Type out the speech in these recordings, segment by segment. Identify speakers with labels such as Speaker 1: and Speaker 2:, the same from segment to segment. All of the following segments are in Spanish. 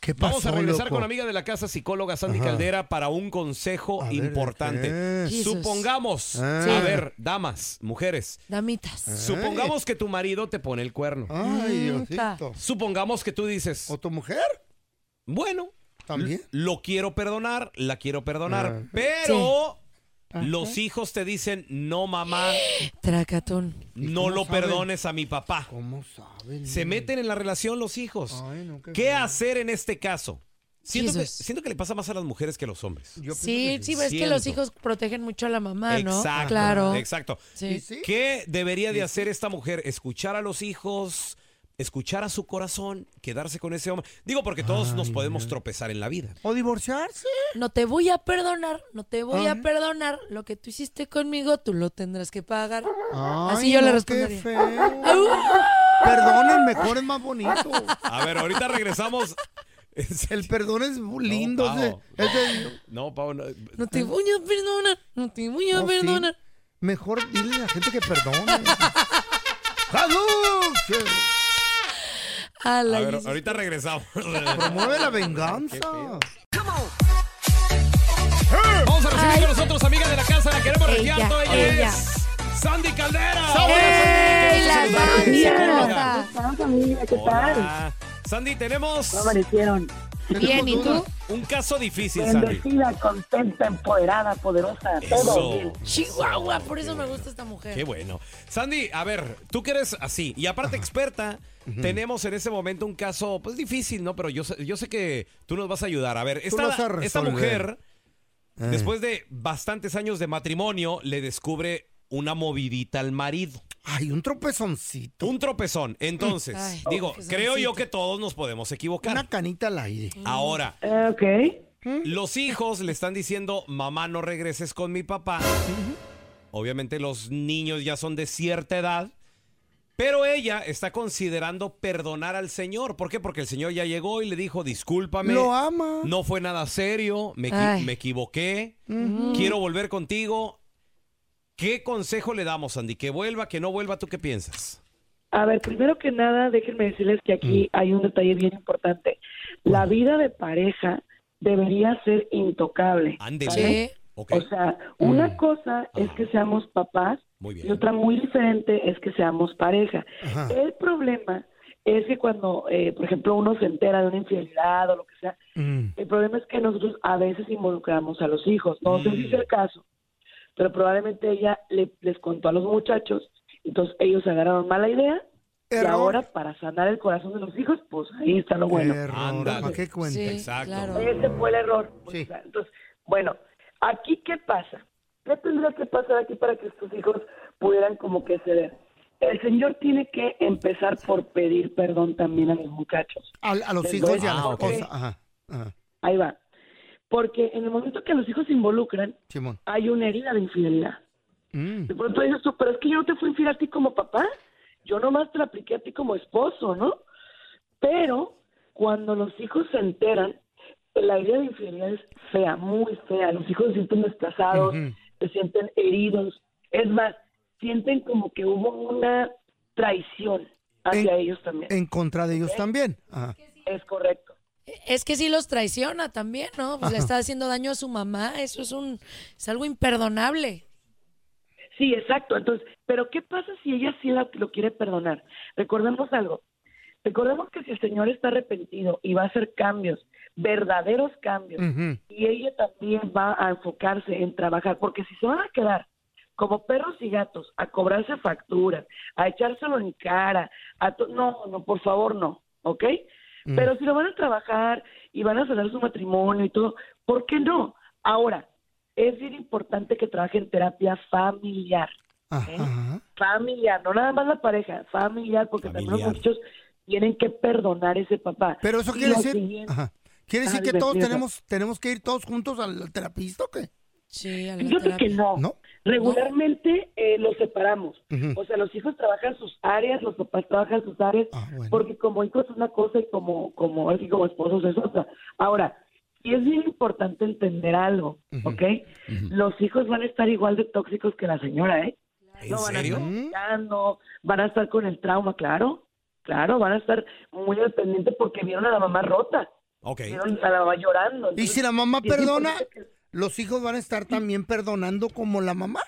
Speaker 1: ¿Qué
Speaker 2: vamos a regresar con la amiga de la casa, psicóloga Sandy Caldera, para un consejo
Speaker 1: A ver, ¿de qué
Speaker 2: importante.
Speaker 1: es?
Speaker 3: Jesus.
Speaker 2: Supongamos,
Speaker 1: Ah.
Speaker 2: a ver, damas, mujeres,
Speaker 3: Damitas.
Speaker 2: supongamos que tu marido te pone el cuerno.
Speaker 1: Ay,
Speaker 3: Nunca.
Speaker 1: Diosito.
Speaker 2: Supongamos que tú dices,
Speaker 1: ¿O tu mujer?
Speaker 2: bueno,
Speaker 1: ¿También? Ah.
Speaker 2: lo quiero perdonar, la quiero perdonar, pero los hijos te dicen, no mamá,
Speaker 3: Tracatón.
Speaker 2: no
Speaker 1: cómo
Speaker 2: lo
Speaker 1: saben?
Speaker 2: perdones a mi papá.
Speaker 1: ¿Cómo saben?
Speaker 2: Se meten en la relación los hijos.
Speaker 1: Ay, no, qué
Speaker 2: ¿Qué
Speaker 1: feo.
Speaker 2: hacer en este caso? Siento que,
Speaker 3: Jesus.
Speaker 2: siento que le pasa más a las mujeres que a los hombres.
Speaker 1: Yo
Speaker 3: Sí,
Speaker 1: pienso
Speaker 3: sí,
Speaker 1: que
Speaker 3: ves que los
Speaker 2: Siento.
Speaker 3: hijos protegen mucho a la mamá, ¿no?
Speaker 2: Exacto.
Speaker 3: Claro.
Speaker 2: Exacto.
Speaker 3: Sí.
Speaker 1: ¿Y sí?
Speaker 2: ¿Qué debería de hacer esta mujer? Escuchar a los hijos, escuchar a su corazón, quedarse con ese hombre. Digo, porque todos nos podemos tropezar en la vida.
Speaker 1: ¿O divorciarse?
Speaker 3: No te voy a perdonar, no te voy
Speaker 1: Ajá.
Speaker 3: a perdonar. Lo que tú hiciste conmigo, tú lo tendrás que pagar.
Speaker 1: Ay,
Speaker 3: Así yo le
Speaker 1: no,
Speaker 3: respondería.
Speaker 1: Qué feo.
Speaker 3: ¡Au!
Speaker 1: Perdón, el mejor es más bonito.
Speaker 2: A ver, ahorita regresamos.
Speaker 1: El perdón es lindo.
Speaker 2: No,
Speaker 1: ese-
Speaker 2: Pao.
Speaker 1: ese-
Speaker 2: No, Pau, no.
Speaker 3: No te voy a perdonar, no te voy a
Speaker 2: Oh,
Speaker 1: No, Eh, oh, sí.
Speaker 3: perdonar.
Speaker 1: Mejor dile a la gente que perdone. ¡Jalú! Que
Speaker 3: A la
Speaker 2: A ver,
Speaker 3: Jesús.
Speaker 2: ahorita regresamos.
Speaker 1: Promueve la venganza.
Speaker 2: Vamos a recibir con nosotros, amiga de la casa, la queremos
Speaker 3: Ella,
Speaker 2: regiando. Ella,
Speaker 3: ella.
Speaker 2: es Sandy Caldera.
Speaker 3: ¡Ey, la
Speaker 2: Sandy!
Speaker 3: Sandra!
Speaker 2: Hola. Sandy, tenemos
Speaker 4: aparecieron.
Speaker 3: Bien, ¿y tú?
Speaker 2: un caso difícil, Sandy.
Speaker 4: Bendecida, contenta, empoderada, poderosa. Todo
Speaker 2: Eso.
Speaker 3: Chihuahua, por eso me gusta esta mujer.
Speaker 2: Qué bueno. Sandy, a ver, tú que eres así y aparte experta, tenemos en ese momento un caso, pues difícil, ¿no? Pero yo, sé- yo sé que tú nos vas a ayudar. A ver,
Speaker 1: lo
Speaker 2: esta,
Speaker 1: vas a resolver.
Speaker 2: esta mujer, después de bastantes años de matrimonio, le descubre una movidita al marido.
Speaker 1: Ay, un tropezoncito.
Speaker 2: Un tropezón. Entonces,
Speaker 3: Ay,
Speaker 2: digo,
Speaker 3: tropezoncito.
Speaker 2: creo yo que todos nos podemos equivocar.
Speaker 1: Una canita al aire.
Speaker 2: Ahora,
Speaker 4: Eh, ok.
Speaker 2: Los hijos le están diciendo, mamá, no regreses con mi papá. Obviamente los niños ya son de cierta edad, pero ella está considerando perdonar al Señor. ¿Por qué? Porque el Señor ya llegó y le dijo, discúlpame.
Speaker 1: Lo ama.
Speaker 2: No fue nada serio, me, equi-
Speaker 3: Ay.
Speaker 2: me equivoqué, quiero volver contigo. ¿Qué consejo le damos, Andy? ¿Que vuelva, que no vuelva? ¿Tú qué piensas?
Speaker 4: A ver, primero que nada, déjenme decirles que aquí
Speaker 2: Mm.
Speaker 4: hay un detalle bien importante. La vida de pareja debería ser intocable.
Speaker 2: Ándele.
Speaker 3: Sí.
Speaker 2: Ok, Mm.
Speaker 4: O sea, una cosa es que seamos papás
Speaker 2: muy
Speaker 4: y
Speaker 2: bien.
Speaker 4: otra muy diferente es que seamos pareja. El problema es que cuando, eh, por ejemplo, uno se entera de una infidelidad o lo que sea,
Speaker 5: Mm.
Speaker 4: el problema es que nosotros a veces involucramos a los hijos. No sé si es el caso, pero probablemente ella le- les contó a los muchachos, entonces ellos agarraron mala idea y
Speaker 1: Error.
Speaker 4: ahora para sanar el corazón de los hijos, pues ahí está lo bueno. Eh,
Speaker 1: Error,
Speaker 2: Ándale.
Speaker 1: ¿pa' qué cuenta?
Speaker 3: Sí,
Speaker 2: Exacto.
Speaker 3: claro.
Speaker 4: Ese fue el error.
Speaker 1: Sí.
Speaker 4: Entonces, bueno, aquí qué pasa? ¿Qué tendría que pasar aquí para que estos hijos pudieran como que ceder? El señor tiene que empezar por pedir perdón también a los muchachos. ah,
Speaker 1: A, a los
Speaker 4: Les
Speaker 1: hijos
Speaker 4: voy
Speaker 1: y a la
Speaker 4: decir por qué.
Speaker 1: esposa. Ajá, ajá.
Speaker 4: Ahí va. Porque en el momento que los hijos se involucran,
Speaker 1: Simón.
Speaker 4: hay una herida de infidelidad.
Speaker 1: Mm.
Speaker 4: De pronto dices tú, pero es que yo no te fui infiel a ti como papá. Yo nomás te la apliqué a ti como esposo, ¿no? Pero cuando los hijos se enteran, la idea de infidelidad es fea, muy fea. Los hijos se sienten desplazados,
Speaker 1: Ujú.
Speaker 4: se sienten heridos. Es más, sienten como que hubo una traición hacia
Speaker 1: En-
Speaker 4: ellos también.
Speaker 1: En contra de ellos también. Ajá.
Speaker 4: Es correcto.
Speaker 3: E, Es que sí los traiciona también, ¿no? Pues le
Speaker 1: Ajá.
Speaker 3: está haciendo daño a su mamá, eso es un es algo imperdonable.
Speaker 4: Sí, exacto. Entonces, pero ¿qué pasa si ella sí la- lo quiere perdonar? Recordemos algo. Recordemos que si el Señor está arrepentido y va a hacer cambios, verdaderos cambios,
Speaker 1: Ujú.
Speaker 4: y ella también va a enfocarse en trabajar, porque si se van a quedar como perros y gatos a cobrarse facturas, a echárselo en cara, a to- no, no, por favor, no, ¿ok?
Speaker 1: Mm.
Speaker 2: Mm.
Speaker 4: Pero si lo van a trabajar y van a sanar su matrimonio y todo, ¿por qué no? Ahora, es bien importante que trabajen terapia familiar
Speaker 1: Ajá.
Speaker 4: familiar, no nada más la pareja, familiar, porque también
Speaker 2: Familiar.
Speaker 4: los muchachos tienen que perdonar a ese papá.
Speaker 1: Pero eso
Speaker 4: Y
Speaker 1: quiere
Speaker 4: lo
Speaker 1: decir.
Speaker 4: siguiente- Ah,
Speaker 1: Ajá. Quiere
Speaker 4: Ajá,
Speaker 1: decir que
Speaker 4: dime,
Speaker 1: todos
Speaker 4: dime, Rafa.
Speaker 1: tenemos, tenemos que ir todos juntos al terapista o qué?
Speaker 3: Sí, a la
Speaker 4: Fíjate que
Speaker 3: terapia.
Speaker 4: no.
Speaker 1: ¿No?
Speaker 4: Regularmente eh, los separamos.
Speaker 1: Ujú.
Speaker 4: O sea, los hijos trabajan sus áreas, los papás trabajan sus áreas,
Speaker 1: Ah, bueno.
Speaker 4: porque como hijos es una cosa y como, como, así como esposos es otra. Ahora, y es bien importante entender algo, ¿ok? Los hijos van a estar igual de tóxicos que la señora, ¿eh?
Speaker 2: ¿En
Speaker 4: No van
Speaker 2: serio?
Speaker 4: a estar buscando, van a estar con el trauma, claro, claro, van a estar muy al pendiente porque vieron a la mamá rota,
Speaker 2: Ok.
Speaker 4: vieron a la mamá llorando.
Speaker 1: Y
Speaker 4: Entonces,
Speaker 1: si la mamá
Speaker 4: sí es
Speaker 1: perdona,
Speaker 4: importante que-
Speaker 1: los hijos van a estar también perdonando como la mamá.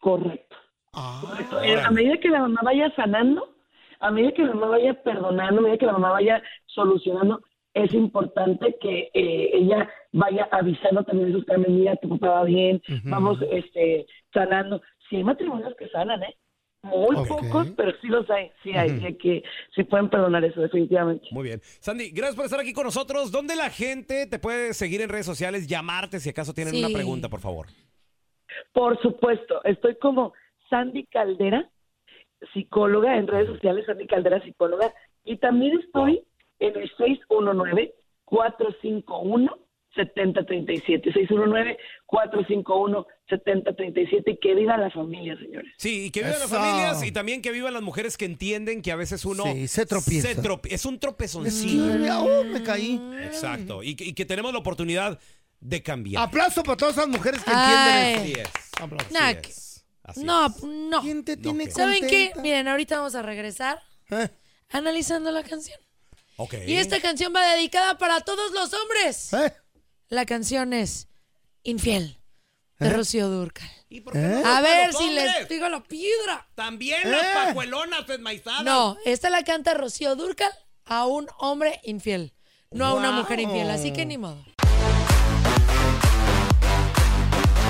Speaker 4: Correcto.
Speaker 1: Ah,
Speaker 4: Correcto. Eh, A medida que la mamá vaya sanando, a medida que la mamá vaya perdonando, a medida que la mamá vaya solucionando, es importante que eh, ella vaya avisando también de sus cambios. Mira, tu papá va bien, vamos este, sanando. Si hay matrimonios que sanan, ¿eh? Muy
Speaker 1: Ok.
Speaker 4: pocos, pero sí los hay. Sí hay, sí hay que sí pueden perdonar eso, definitivamente.
Speaker 2: Muy bien. Sandy, gracias por estar aquí con nosotros. ¿Dónde la gente te puede seguir en redes sociales, llamarte si acaso tienen
Speaker 3: Sí.
Speaker 2: una pregunta, por favor?
Speaker 4: Por supuesto, estoy como Sandy Caldera, psicóloga en redes sociales, Sandy Caldera, psicóloga, y también estoy en el 619-451. 7037, 619-451-7037 y que viva la familia, señores.
Speaker 2: Sí, y que vivan
Speaker 1: Eso.
Speaker 2: las familias y también que vivan las mujeres que entienden que a veces uno...
Speaker 1: Sí, se tropieza.
Speaker 2: se trope- es un tropezoncillo.
Speaker 1: sí, oh, me caí.
Speaker 2: Exacto. Y que, y que tenemos la oportunidad de cambiar.
Speaker 1: Aplauso para todas esas mujeres que
Speaker 3: Ay.
Speaker 2: Así
Speaker 1: entienden
Speaker 2: es.
Speaker 1: Aplausos.
Speaker 2: Así
Speaker 3: Nah,
Speaker 2: es. Así
Speaker 3: No,
Speaker 2: es.
Speaker 3: no.
Speaker 1: eso. ¿Quién te tiene
Speaker 2: que-
Speaker 3: ¿Saben qué?
Speaker 1: contenta?
Speaker 3: Miren, ahorita vamos a regresar
Speaker 1: ¿Eh?
Speaker 3: analizando la canción.
Speaker 2: Ah. Ok. Ah.
Speaker 3: Y esta canción va dedicada para todos los hombres.
Speaker 1: ¿Eh?
Speaker 3: La canción es Infiel de Rocío Durcal.
Speaker 2: Ah. ¿Y por qué
Speaker 1: ¿Eh?
Speaker 2: no?
Speaker 3: A ver
Speaker 2: los
Speaker 3: si les
Speaker 2: hombres!
Speaker 3: digo la piedra.
Speaker 2: También las
Speaker 1: ¿Eh?
Speaker 2: pajuelonas desmaizadas.
Speaker 3: No, eh. esta la canta Rocío Durcal a un hombre infiel, no a una mujer infiel, así que ni modo.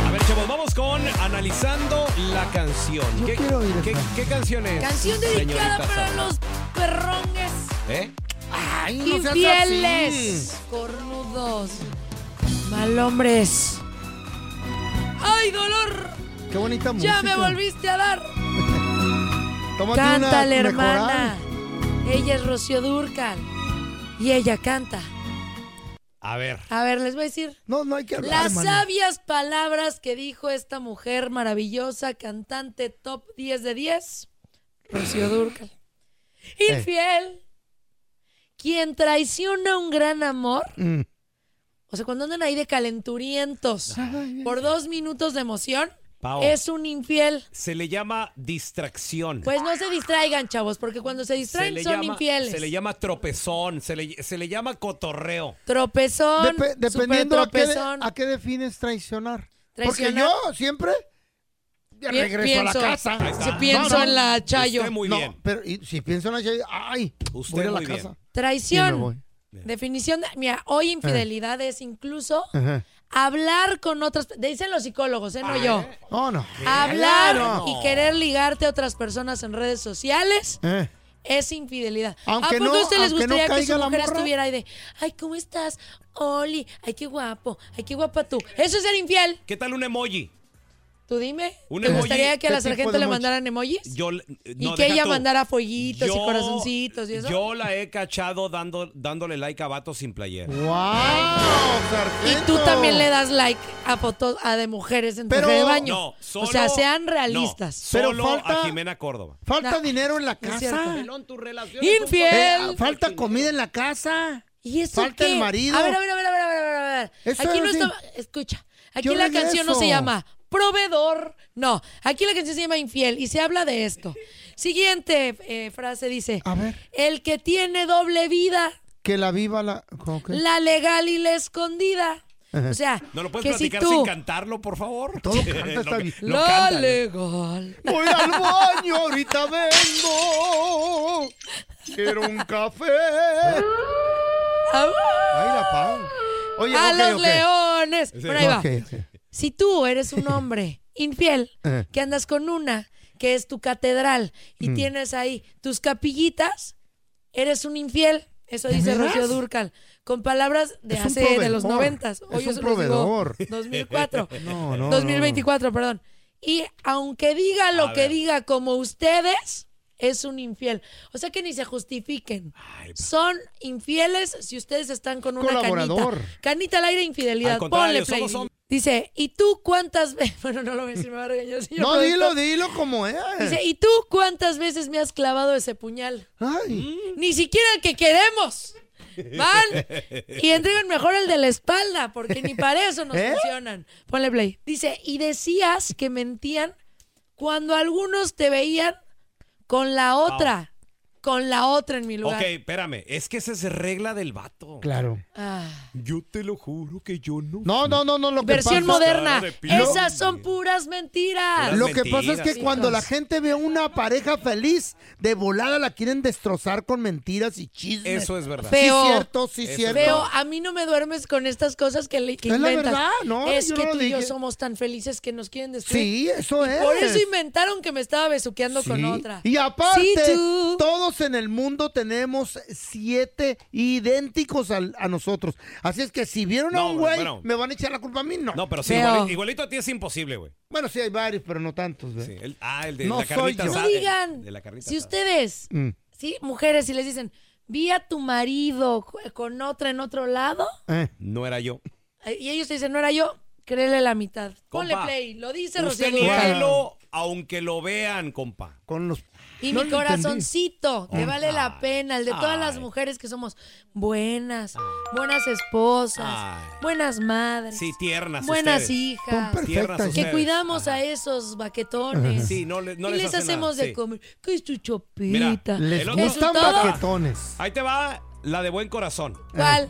Speaker 2: A ver, chavos, vamos con analizando la canción.
Speaker 1: Yo
Speaker 2: ¿Qué,
Speaker 1: quiero oír
Speaker 2: qué,
Speaker 1: esa.
Speaker 2: qué canción es?
Speaker 3: Canción dedicada
Speaker 2: señorita
Speaker 3: para
Speaker 2: Sara?
Speaker 3: los perrongues
Speaker 2: ¿Eh?
Speaker 1: Ay, no seas
Speaker 3: infieles, cornudos, malhombres. ¡Ay, dolor!
Speaker 1: así. Qué bonita música.
Speaker 3: ¡Ya me volviste a dar!
Speaker 1: Tómate una
Speaker 3: Cántale,
Speaker 1: mejoral.
Speaker 3: hermana. Ella es Rocío Durcal y ella canta.
Speaker 2: A ver.
Speaker 3: A ver, les voy a decir
Speaker 1: No, no hay que hablar,
Speaker 3: Las
Speaker 1: hermano.
Speaker 3: sabias palabras que dijo esta mujer maravillosa, cantante top 10 de 10, Rocío Durcal.
Speaker 2: Eh.
Speaker 3: Infiel, quien traiciona un gran amor.
Speaker 1: Mm.
Speaker 3: O sea, cuando andan ahí de calenturientos por dos minutos de emoción,
Speaker 2: Pao.
Speaker 3: es un infiel.
Speaker 2: Se le llama distracción.
Speaker 3: Pues no se distraigan, chavos, porque cuando
Speaker 2: se
Speaker 3: se distraen
Speaker 2: le
Speaker 3: son
Speaker 2: llama,
Speaker 3: infieles.
Speaker 2: Se le llama tropezón, se le, se le llama cotorreo.
Speaker 3: Tropezón,
Speaker 1: Depe- dependiendo a qué, de-
Speaker 3: supertropezón.
Speaker 1: a qué defines traicionar.
Speaker 3: Traicionar.
Speaker 1: Porque yo siempre ya
Speaker 3: Pi-
Speaker 1: regreso
Speaker 3: pienso.
Speaker 1: a la casa.
Speaker 2: Ahí está.
Speaker 3: Se pienso
Speaker 1: No, no.
Speaker 3: en la Chayo.
Speaker 2: Usted muy
Speaker 1: No,
Speaker 2: bien.
Speaker 1: pero y- si pienso en la Chayo, ay,
Speaker 2: Usted
Speaker 1: voy a la
Speaker 2: muy bien.
Speaker 1: casa. Y me voy.
Speaker 3: Traición. Definición, de- mira, hoy infidelidad es incluso
Speaker 2: Eh.
Speaker 1: Ajá.
Speaker 3: hablar con otras, dicen los psicólogos, ¿eh? No yo.
Speaker 1: No, no.
Speaker 3: Hablar
Speaker 1: eh, Claro.
Speaker 3: y querer ligarte a otras personas en redes sociales
Speaker 1: Eh,
Speaker 3: es infidelidad.
Speaker 1: Aunque
Speaker 3: ¿A poco
Speaker 1: no-
Speaker 3: a ustedes les
Speaker 1: aunque no
Speaker 3: gustaría que
Speaker 1: caiga
Speaker 3: su
Speaker 1: la
Speaker 3: mujer
Speaker 1: morra?
Speaker 3: estuviera ahí de, ay, ¿cómo estás? Oli, ay, qué guapo, ay, qué guapa tú. Eso es ser infiel.
Speaker 2: ¿Qué tal un emoji?
Speaker 3: Tú dime.
Speaker 2: Un
Speaker 3: ¿Te
Speaker 2: emoji,
Speaker 3: gustaría que a
Speaker 2: ¿qué
Speaker 3: la
Speaker 2: tipo de
Speaker 3: sargento le
Speaker 2: emoji?
Speaker 3: mandaran emojis?
Speaker 2: Yo, le- no,
Speaker 3: y que
Speaker 2: deja
Speaker 3: ella
Speaker 2: tú.
Speaker 3: mandara fueguitos y
Speaker 2: Yo-
Speaker 3: corazoncitos y eso.
Speaker 2: Yo la he cachado dando, dándole like a vatos sin playera.
Speaker 1: ¡Wow!
Speaker 3: y tú también le das like a fotos a de mujeres en
Speaker 1: Pero-
Speaker 3: traje de baño.
Speaker 2: No, solo-
Speaker 3: o sea, sean
Speaker 2: no,
Speaker 3: realistas.
Speaker 2: solo
Speaker 1: Pero falta-
Speaker 2: a Jimena Córdoba.
Speaker 1: Falta
Speaker 3: No,
Speaker 1: dinero en la
Speaker 3: no es
Speaker 1: casa.
Speaker 3: cierto.
Speaker 1: Eh,
Speaker 3: Infiel.
Speaker 1: falta comida en la casa.
Speaker 3: ¿Y eso
Speaker 1: falta el
Speaker 3: qué?
Speaker 1: marido.
Speaker 3: A ver, a ver, a ver, a ver, a ver, a ver.
Speaker 1: Eso
Speaker 3: aquí no
Speaker 1: es
Speaker 3: está...
Speaker 1: in-
Speaker 3: Escucha, aquí
Speaker 1: Yo
Speaker 3: la
Speaker 1: no es
Speaker 3: canción no se
Speaker 1: eso.
Speaker 3: llama proveedor. No, aquí la canción se llama infiel y se habla de esto. Siguiente eh, frase dice,
Speaker 1: A ver.
Speaker 3: el que tiene doble vida,
Speaker 1: Que la viva la. ¿cómo que?
Speaker 3: la legal y la escondida. O sea,
Speaker 2: ¿No lo puedes
Speaker 3: que si
Speaker 2: platicar
Speaker 3: tú...
Speaker 2: sin cantarlo, por favor?
Speaker 1: Todo canta, está bien.
Speaker 2: lo ¿eh?
Speaker 3: La
Speaker 2: cántale.
Speaker 3: legal.
Speaker 1: Voy al baño, ahorita vengo. Quiero un café. Ay, la Pau. Oye,
Speaker 3: a
Speaker 1: ok,
Speaker 3: los
Speaker 1: ok.
Speaker 3: leones. Bueno, ahí va.
Speaker 1: Ok, ok.
Speaker 3: Si tú eres un hombre infiel
Speaker 1: Eh. Mm.
Speaker 3: que andas con una que es tu catedral y tienes ahí tus capillitas, eres un infiel. Eso dice
Speaker 1: veras?
Speaker 3: Rocío Durcal. Con palabras de
Speaker 1: Es un
Speaker 3: hace de los
Speaker 1: proveedor.
Speaker 3: noventas. Hoy
Speaker 1: Es
Speaker 3: yo
Speaker 1: un
Speaker 3: se los digo,
Speaker 1: proveedor.
Speaker 3: 2004.
Speaker 1: No, no,
Speaker 3: 2024, perdón. Y aunque diga lo que diga como ustedes, es un infiel. O sea que ni se justifiquen. Son infieles si ustedes están con una
Speaker 1: Colaborador.
Speaker 3: canita. Canita al aire, infidelidad.
Speaker 2: Al contrario,
Speaker 3: Ponle play.
Speaker 2: somos hombres.
Speaker 3: Dice, ¿y tú cuántas veces? Bueno, no lo voy a decir, me va a regañar. el señor
Speaker 1: No, dilo,
Speaker 3: productor.
Speaker 1: dilo como es.
Speaker 3: Dice, ¿y tú cuántas veces me has clavado ese puñal?
Speaker 1: Ay,
Speaker 3: Ni siquiera el que queremos. Van y entreguen mejor el de la espalda, porque ni para eso nos
Speaker 1: ¿Eh?
Speaker 3: funcionan. Ponle play. Dice, y decías que mentían cuando algunos te veían con la otra. Con la otra en mi lugar.
Speaker 2: Ok, espérame. Es que esa es regla del vato.
Speaker 1: claro.
Speaker 3: Ah.
Speaker 2: Yo te lo juro que yo no.
Speaker 1: No, no, no, no, lo que
Speaker 3: Versión
Speaker 1: pasa-
Speaker 3: moderna.
Speaker 2: Claro, de pilón.
Speaker 3: Esas son puras mentiras.
Speaker 2: Puras
Speaker 1: Lo que
Speaker 2: mentiras,
Speaker 1: pasa es que
Speaker 2: hijos.
Speaker 1: cuando la gente ve una pareja feliz, de volada la quieren destrozar con mentiras y chismes.
Speaker 2: Eso es verdad.
Speaker 3: Fe-
Speaker 1: Sí,
Speaker 3: Feo.
Speaker 1: cierto, sí,
Speaker 2: Eso
Speaker 1: cierto.
Speaker 3: Veo, a mí no me duermes con estas cosas que, le, que
Speaker 1: Es la
Speaker 3: inventas.
Speaker 1: verdad, no,
Speaker 3: es
Speaker 1: yo
Speaker 3: que
Speaker 1: no lo
Speaker 3: tú y yo
Speaker 1: dije.
Speaker 3: somos tan felices que nos quieren destruir.
Speaker 1: Sí, eso es.
Speaker 3: Por eso inventaron que me estaba besuqueando
Speaker 1: Sí.
Speaker 3: con otra.
Speaker 1: Y aparte,
Speaker 3: Sí, tú.
Speaker 1: todos en el mundo tenemos siete idénticos al- a nosotros. Así es que si vieron a
Speaker 2: No,
Speaker 1: un
Speaker 2: bueno,
Speaker 1: güey,
Speaker 2: bueno.
Speaker 1: me van a echar la culpa a mí, no.
Speaker 2: No, pero sí,
Speaker 3: Feo.
Speaker 2: igual- igualito a ti es imposible, güey.
Speaker 1: Bueno, sí hay varios, pero no tantos. Pues ¿ve?
Speaker 2: Sí, el- ah, el de
Speaker 1: No
Speaker 2: la
Speaker 1: soy
Speaker 2: carnita
Speaker 1: yo.
Speaker 3: No
Speaker 2: asada, el-
Speaker 3: digan,
Speaker 2: de la carnita
Speaker 3: si
Speaker 2: asada.
Speaker 3: ustedes,
Speaker 1: Mm.
Speaker 3: sí, mujeres, si les dicen, vi a tu marido cu- con otra en otro lado,
Speaker 1: Eh.
Speaker 2: No era yo.
Speaker 3: eh, y ellos te dicen, no era yo, créele la mitad. Ponle
Speaker 2: Compa,
Speaker 3: play, lo dice Este Rocío
Speaker 2: Usted
Speaker 3: Durcal.
Speaker 2: niégalo, aunque lo vean, compa.
Speaker 1: Con los...
Speaker 3: Y
Speaker 1: No
Speaker 3: mi
Speaker 1: lo entendí.
Speaker 3: corazoncito, que vale la pena, el de todas las
Speaker 2: Oh, Ay.
Speaker 3: mujeres que somos buenas, buenas esposas,
Speaker 2: Ay.
Speaker 3: buenas madres,
Speaker 2: Sí, tiernas
Speaker 3: buenas
Speaker 2: ustedes.
Speaker 3: hijas,
Speaker 1: Son
Speaker 2: Tiernas
Speaker 1: Perfectas.
Speaker 3: que
Speaker 2: ustedes.
Speaker 3: cuidamos
Speaker 2: Ajá.
Speaker 3: a esos baquetones.
Speaker 2: Sí, no le- no
Speaker 3: y
Speaker 2: les
Speaker 3: les,
Speaker 2: hace nada,
Speaker 3: hacemos de
Speaker 2: sí.
Speaker 3: comer. ¿Qué es tu
Speaker 2: Mira,
Speaker 3: chopita?
Speaker 1: Les
Speaker 2: El otro-
Speaker 1: gustan
Speaker 3: ¿Eso es todo?
Speaker 1: baquetones.
Speaker 2: Ahí te va la de buen corazón.
Speaker 3: ¿Cuál?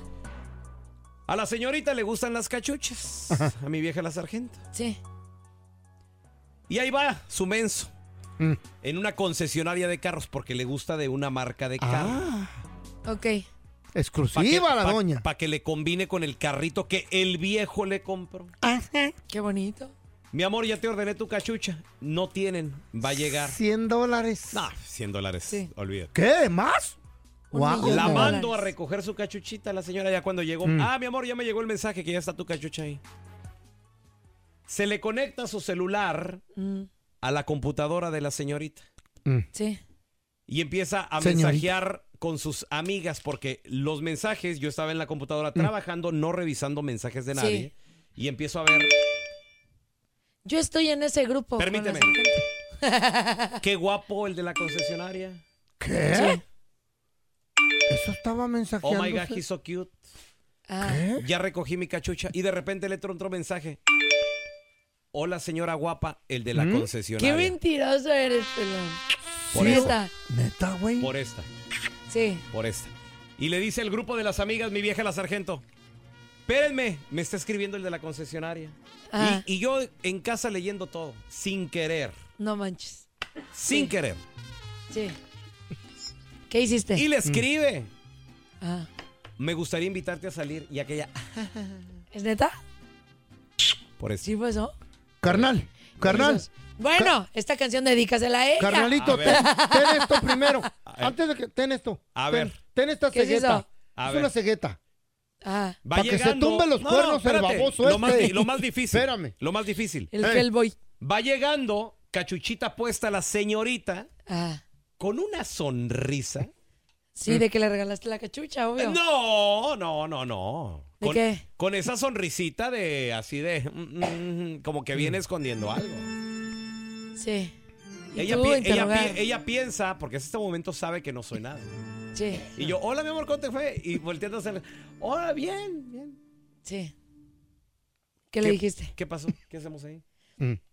Speaker 2: A la señorita le gustan las cachuchas. A mi vieja la sargento.
Speaker 3: Sí.
Speaker 2: Y ahí va su menso.
Speaker 1: Mm.
Speaker 2: En una concesionaria de carros porque le gusta de una marca de carro.
Speaker 1: Ah,
Speaker 3: Ok.
Speaker 2: Pa' que-
Speaker 1: exclusiva la
Speaker 2: pa-
Speaker 1: doña.
Speaker 2: pa' que le combine con el carrito que el viejo le compró.
Speaker 3: Qué bonito.
Speaker 2: Mi amor, ya te ordené tu cachucha. No tienen. Va a llegar.
Speaker 1: 100 dólares.
Speaker 2: No, 100 dólares.
Speaker 3: Sí.
Speaker 2: Olvídate.
Speaker 1: ¿Qué? ¿Más?
Speaker 3: Un
Speaker 1: Guau.
Speaker 3: millón de
Speaker 2: La
Speaker 3: dólares. Mm.
Speaker 2: mando a recoger su cachuchita la señora ya cuando llegó. Ah, mi amor, ya me llegó el mensaje que ya está tu cachucha ahí. Se le conecta su celular
Speaker 3: Mm,
Speaker 2: a la computadora de la señorita
Speaker 1: Mm.
Speaker 3: sí.
Speaker 2: y empieza a
Speaker 1: Señorita.
Speaker 2: mensajear con sus amigas porque los mensajes, yo estaba en la computadora trabajando, no revisando mensajes de
Speaker 3: Mm. Sí.
Speaker 2: nadie. Y empiezo a ver,
Speaker 3: Yo estoy en ese grupo. con la
Speaker 2: Permíteme.
Speaker 3: sargento.
Speaker 2: qué guapo el de la concesionaria.
Speaker 1: ¿Qué?
Speaker 3: Sí.
Speaker 1: Eso estaba
Speaker 2: Oh
Speaker 1: mensajeando.
Speaker 2: my God, he's so cute.
Speaker 3: Ah,
Speaker 2: Ya recogí mi cachucha y de repente le entró otro mensaje. Hola, señora guapa, el de la
Speaker 3: qué
Speaker 2: concesionaria.
Speaker 3: mentiroso eres, pelón.
Speaker 2: Por eso.
Speaker 3: Neta.
Speaker 1: Neta, güey.
Speaker 2: Por esta,
Speaker 3: Sí.
Speaker 2: por esta. Y le dice el grupo de las amigas, mi vieja la sargento. Espérenme, me está escribiendo el de la concesionaria.
Speaker 3: Ah,
Speaker 2: Y, y yo en casa leyendo todo, sin querer,
Speaker 3: no manches.
Speaker 2: sin querer.
Speaker 3: Sí. ¿Qué hiciste?
Speaker 2: Y le escribe,
Speaker 3: Ah,
Speaker 2: me gustaría invitarte a salir. Y aquella,
Speaker 3: ¿Es neta?
Speaker 2: por esto.
Speaker 3: Sí, pues, fue eso.
Speaker 1: Carnal, carnal,
Speaker 3: Eso. Bueno, esta canción dedícasela a ella.
Speaker 1: carnalito,
Speaker 2: A ver.
Speaker 1: ten, ten esto primero.
Speaker 2: ver.
Speaker 1: Antes de que ten esto.
Speaker 2: A
Speaker 1: Ten-
Speaker 2: ver.
Speaker 1: Ten esta
Speaker 3: ¿Qué es
Speaker 1: cegueta.
Speaker 3: eso?
Speaker 2: A
Speaker 1: es
Speaker 2: ver.
Speaker 1: una cegueta.
Speaker 3: Ah,
Speaker 2: Va
Speaker 1: Pa' que se
Speaker 2: llegando.
Speaker 1: tumben los cuernos el baboso
Speaker 2: lo más,
Speaker 1: este.
Speaker 2: di- lo más difícil.
Speaker 1: Espérame.
Speaker 2: Lo más difícil.
Speaker 3: el
Speaker 1: Eh.
Speaker 3: Hellboy.
Speaker 2: Va llegando, cachuchita puesta la señorita, con una sonrisa.
Speaker 3: Ah,
Speaker 1: Mm.
Speaker 3: Sí, de que le regalaste la cachucha, obvio.
Speaker 2: No, no, no, no.
Speaker 3: ¿De
Speaker 2: con,
Speaker 3: qué?
Speaker 2: con esa sonrisita de así de mm, mm, como que viene escondiendo algo.
Speaker 3: Sí. Y
Speaker 2: Ella,
Speaker 3: tú,
Speaker 2: pi- ella,
Speaker 3: interrogar.
Speaker 2: pi- ella piensa, porque en este momento sabe que no soy nada.
Speaker 3: Sí.
Speaker 2: Y yo, hola, mi amor, ¿cómo te fue? Y volteando a hacerle, hola, bien, bien.
Speaker 3: Sí. ¿Qué le dijiste?
Speaker 2: ¿Qué pasó? ¿Qué hacemos ahí?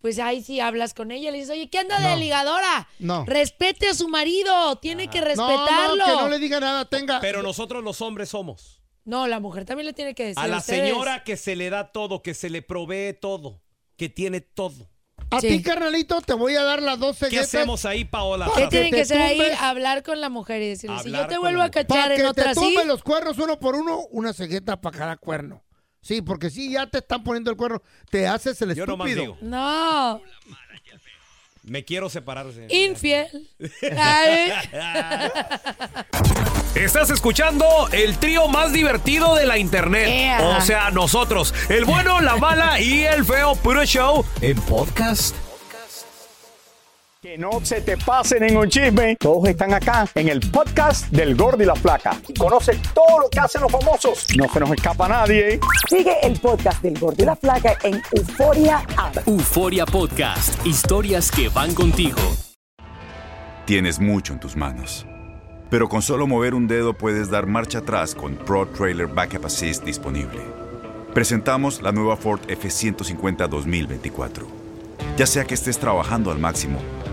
Speaker 3: Pues ahí sí hablas con ella. Le dices, oye, ¿qué anda de
Speaker 1: Mm. No.
Speaker 3: ligadora?
Speaker 1: No.
Speaker 3: Respete a su marido. Tiene que
Speaker 1: No,
Speaker 3: respetarlo.
Speaker 1: no, que no le diga nada, tenga.
Speaker 2: Pero nosotros los hombres somos.
Speaker 3: No, la mujer también le tiene que
Speaker 1: Pues
Speaker 3: decir.
Speaker 2: A la
Speaker 3: ustedes.
Speaker 2: señora que se le da todo, que se le provee todo, que tiene todo.
Speaker 1: A
Speaker 3: Sí.
Speaker 1: ti, carnalito, te voy a dar las 12
Speaker 2: ¿Qué hacemos ahí, Paola?
Speaker 3: ¿Qué
Speaker 1: Para que
Speaker 3: tienen
Speaker 1: te
Speaker 3: que hacer ahí?
Speaker 1: tumbes.
Speaker 3: Hablar con la mujer y decirle, si yo
Speaker 2: Hablar
Speaker 3: te
Speaker 2: con
Speaker 3: vuelvo
Speaker 2: la
Speaker 3: a
Speaker 2: mujer.
Speaker 3: cachar
Speaker 1: Para
Speaker 3: en
Speaker 1: que te
Speaker 3: otra sí.
Speaker 1: tumben los cuernos uno por uno, una cegueta para cada cuerno. Sí, porque si ya te están poniendo el cuerno, te haces el
Speaker 2: Yo
Speaker 1: estúpido.
Speaker 2: nomás digo,
Speaker 3: No.
Speaker 2: me quiero separar. señor.
Speaker 3: Infiel. Ay.
Speaker 6: Estás escuchando el trío más divertido de la internet.
Speaker 3: Ea.
Speaker 6: O sea, nosotros, el bueno, la mala y el feo puro show en podcast.
Speaker 7: Que no se te pase ningún chisme. Todos están acá en el podcast del Gordi y la Flaca. Y Conoce todo lo que hacen los famosos. No se nos escapa nadie.
Speaker 4: Sigue el podcast del Gordo y la Flaca en Euforia App.
Speaker 8: Euforia Podcast, historias que van contigo.
Speaker 9: Tienes mucho en tus manos. Pero con solo mover un dedo puedes dar marcha atrás con Pro Trailer Backup Assist disponible. Presentamos la nueva Ford F150 2024. Ya sea que estés trabajando al máximo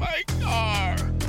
Speaker 10: But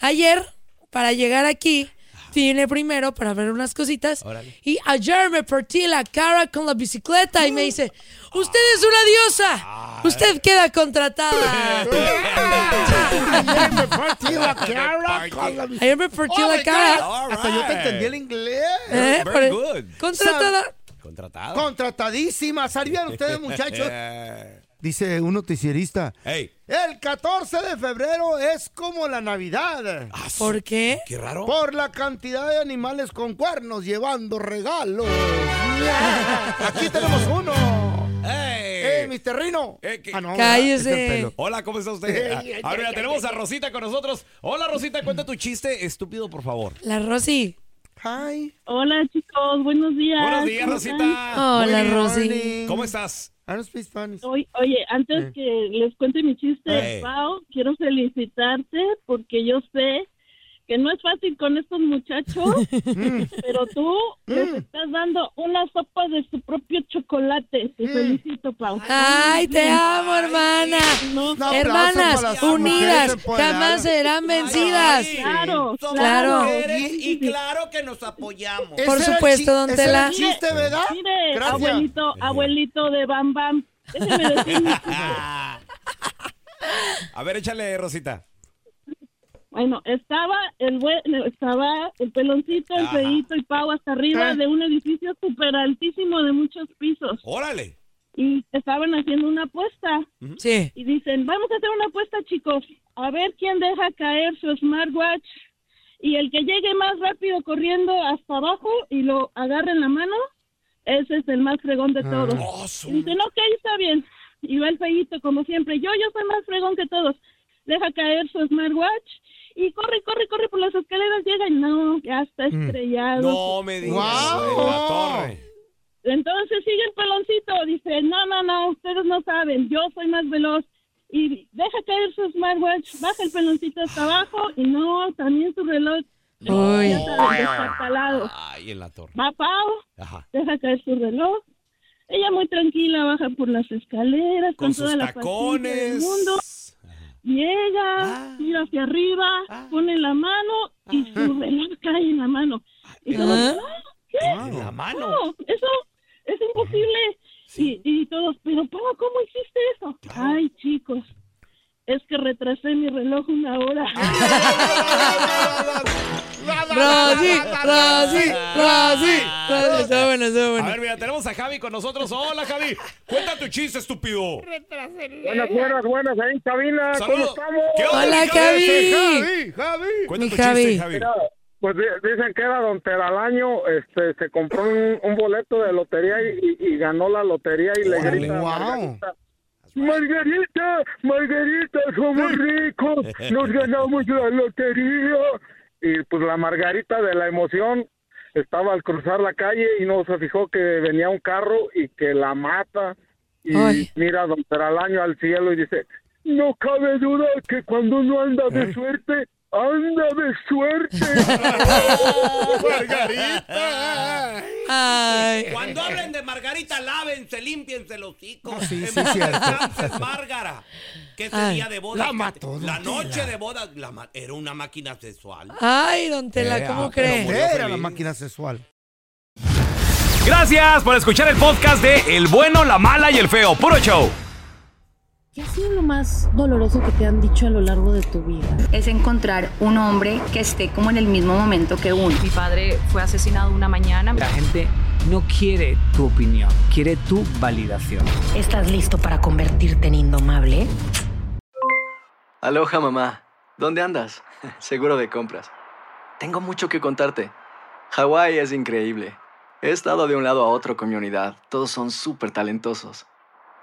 Speaker 3: Ayer, para llegar aquí, vine primero para ver unas cositas.
Speaker 11: Órale.
Speaker 3: Y ayer me partí la cara con la bicicleta
Speaker 1: Mm.
Speaker 3: y me dice, usted es una diosa. Usted queda contratada. ayer me partí
Speaker 1: la cara con la
Speaker 3: Ayer me partí
Speaker 11: Oh
Speaker 3: la cara.
Speaker 1: Hasta yo te entendí el inglés.
Speaker 3: Oh Eh, Very por- good. contratada.
Speaker 2: Contratada.
Speaker 1: Contratadísima. Salían ustedes, muchachos. Dice un noticierista. El 14 de febrero es como la Navidad.
Speaker 3: ¿Por qué?
Speaker 2: Ah, Qué raro.
Speaker 1: Por la cantidad de animales con cuernos llevando regalos. Aquí tenemos uno. ¡Eh, mis terreno! Ah, no, ¿verdad? Es el pelo.
Speaker 2: Hola, ¿cómo está usted?
Speaker 1: Ey,
Speaker 2: Ah,
Speaker 1: ey,
Speaker 2: ah, mira,
Speaker 1: ey,
Speaker 2: tenemos
Speaker 1: ey,
Speaker 2: a Rosita con nosotros. Hola, Rosita, cuenta tu chiste estúpido, por favor.
Speaker 3: La Rosy.
Speaker 1: Hi.
Speaker 12: Hola, chicos. Buenos días.
Speaker 2: Buenos días, Rosita.
Speaker 3: Hola,
Speaker 2: Good
Speaker 3: Rosy.
Speaker 2: morning. ¿Cómo estás?
Speaker 12: Oye, oye, antes
Speaker 2: Eh.
Speaker 12: que les cuente mi chiste,
Speaker 2: Eh.
Speaker 12: Pau, quiero felicitarte porque yo sé que no es fácil con estos muchachos, pero tú les estás dando una sopa de su propio chocolate. Te felicito, Pau.
Speaker 3: Ay, te amo, hermana.
Speaker 12: aplauso para
Speaker 3: Hermanas
Speaker 12: las mujeres
Speaker 3: unidas
Speaker 2: Pues
Speaker 12: empoderadas.
Speaker 3: jamás serán vencidas.
Speaker 12: Claro,
Speaker 3: claro.
Speaker 2: y claro que nos apoyamos.
Speaker 3: Por supusto, don Tela.
Speaker 12: Mire,
Speaker 3: Gracias.
Speaker 12: abuelito, abuelito de Bam Bam. Déjeme decirle
Speaker 2: A ver, échale, Rosita.
Speaker 12: Bueno, estaba el bue- estaba el peloncito, el
Speaker 2: Ajá.
Speaker 12: feíto y Pau hasta arriba
Speaker 2: Eh.
Speaker 12: de un edificio súper altísimo de muchos pisos.
Speaker 2: Órale.
Speaker 12: Y estaban haciendo una apuesta.
Speaker 3: Sí.
Speaker 12: Y dicen, vamos a hacer una apuesta, chicos. A ver quién deja caer su smartwatch. Y el que llegue más rápido corriendo hasta abajo y lo agarre en la mano, ese es el más fregón de todos.
Speaker 2: Oh,
Speaker 12: Y dice, no, ok, está bien. Y va el feíto, como siempre. Yo, yo soy más fregón que todos. Deja caer su smartwatch y corre, corre, corre por las escaleras. Llega y no, ya está estrellado.
Speaker 2: No me digas. en la torre.
Speaker 12: Entonces sigue el peloncito, dice, no, no, no, ustedes no saben, yo soy más veloz. Y deja caer su smartwatch, baja el peloncito hasta abajo y no, también su reloj.
Speaker 2: Uy.
Speaker 12: Ya saben, destartalado.
Speaker 2: Ay, en la torre.
Speaker 12: Va Pau,
Speaker 2: Ajá.
Speaker 12: deja caer su reloj. Ella muy tranquila baja por las escaleras con,
Speaker 2: Con sus
Speaker 12: toda la paciencia
Speaker 2: tacones.
Speaker 12: del mundo. Llega, mira hacia arriba, pone la mano y su reloj cae en la mano. Y todos,
Speaker 11: ¿eh?
Speaker 12: "Ah, ¿qué?
Speaker 11: En la mano.
Speaker 12: No, eso es imposible. Y, y todos, pero Pau, ¿cómo hiciste eso? Ay, chicos, es que retrasé mi reloj una hora.
Speaker 3: Rosy, Rosy, Rosy, Rosy. Está bueno, está
Speaker 2: A ver,
Speaker 3: bueno.
Speaker 2: mira, tenemos a Javi con nosotros. Hola, Javi. Cuenta tu chiste, estúpido.
Speaker 5: Buenas, buenas, buenas, ahí en cabina, ¿cómo
Speaker 2: Saludos.
Speaker 5: estamos?
Speaker 2: ¿Qué onda, Hola, mi Javi?
Speaker 5: Javi,
Speaker 2: Cuenta Mi tu chiste, Javi. Javi.
Speaker 5: Mira, pues di- dicen que era don Teralaño, este, se compró un, un boleto de lotería y, y- y ganó la lotería y le
Speaker 11: Órale.
Speaker 5: grita a
Speaker 11: Wow.
Speaker 5: Margarita, Margarita, Margarita, somos ricos,
Speaker 2: Eh,
Speaker 5: nos ganamos la lotería. Y pues la Margarita de la emoción estaba al cruzar la calle y no se fijó que venía un carro y que la mata. Y mira a don Teralaño al cielo y dice, no cabe duda que cuando uno anda
Speaker 2: ¿Eh?
Speaker 5: de suerte, anda de suerte.
Speaker 2: Margarita.
Speaker 3: Ay.
Speaker 2: Cuando hablen de Margarita, lávense, limpiense los hocicos.
Speaker 11: sí,
Speaker 2: En
Speaker 11: sí,
Speaker 2: paz
Speaker 11: cierto.
Speaker 2: descanse, Márgara. Que ese
Speaker 3: Ay.
Speaker 2: día de boda.
Speaker 3: La
Speaker 2: mató. La
Speaker 3: don Tela.
Speaker 2: noche de boda la ma- era una máquina sexual.
Speaker 3: Ay, don
Speaker 2: Eh,
Speaker 3: Tela, ¿cómo
Speaker 2: ah,
Speaker 3: cree?
Speaker 2: pero murió
Speaker 1: Era la
Speaker 2: feliz.
Speaker 1: máquina sexual.
Speaker 6: Gracias por escuchar el podcast de El bueno, la mala y el feo. Puro show.
Speaker 13: ¿Qué ha sido lo más doloroso que te han dicho a lo largo de tu vida?
Speaker 14: es encontrar un hombre que esté como en el mismo momento que uno. Mi padre fue asesinado una mañana.
Speaker 15: La gente no quiere tu opinión, quiere tu validación.
Speaker 16: ¿Estás listo para convertirte en indomable?
Speaker 17: Aloha mamá, ¿dónde andas? Seguro de compras. Tengo mucho que contarte. Hawái es increíble. He estado de un lado a otro con mi unidad. Todos son súper talentosos.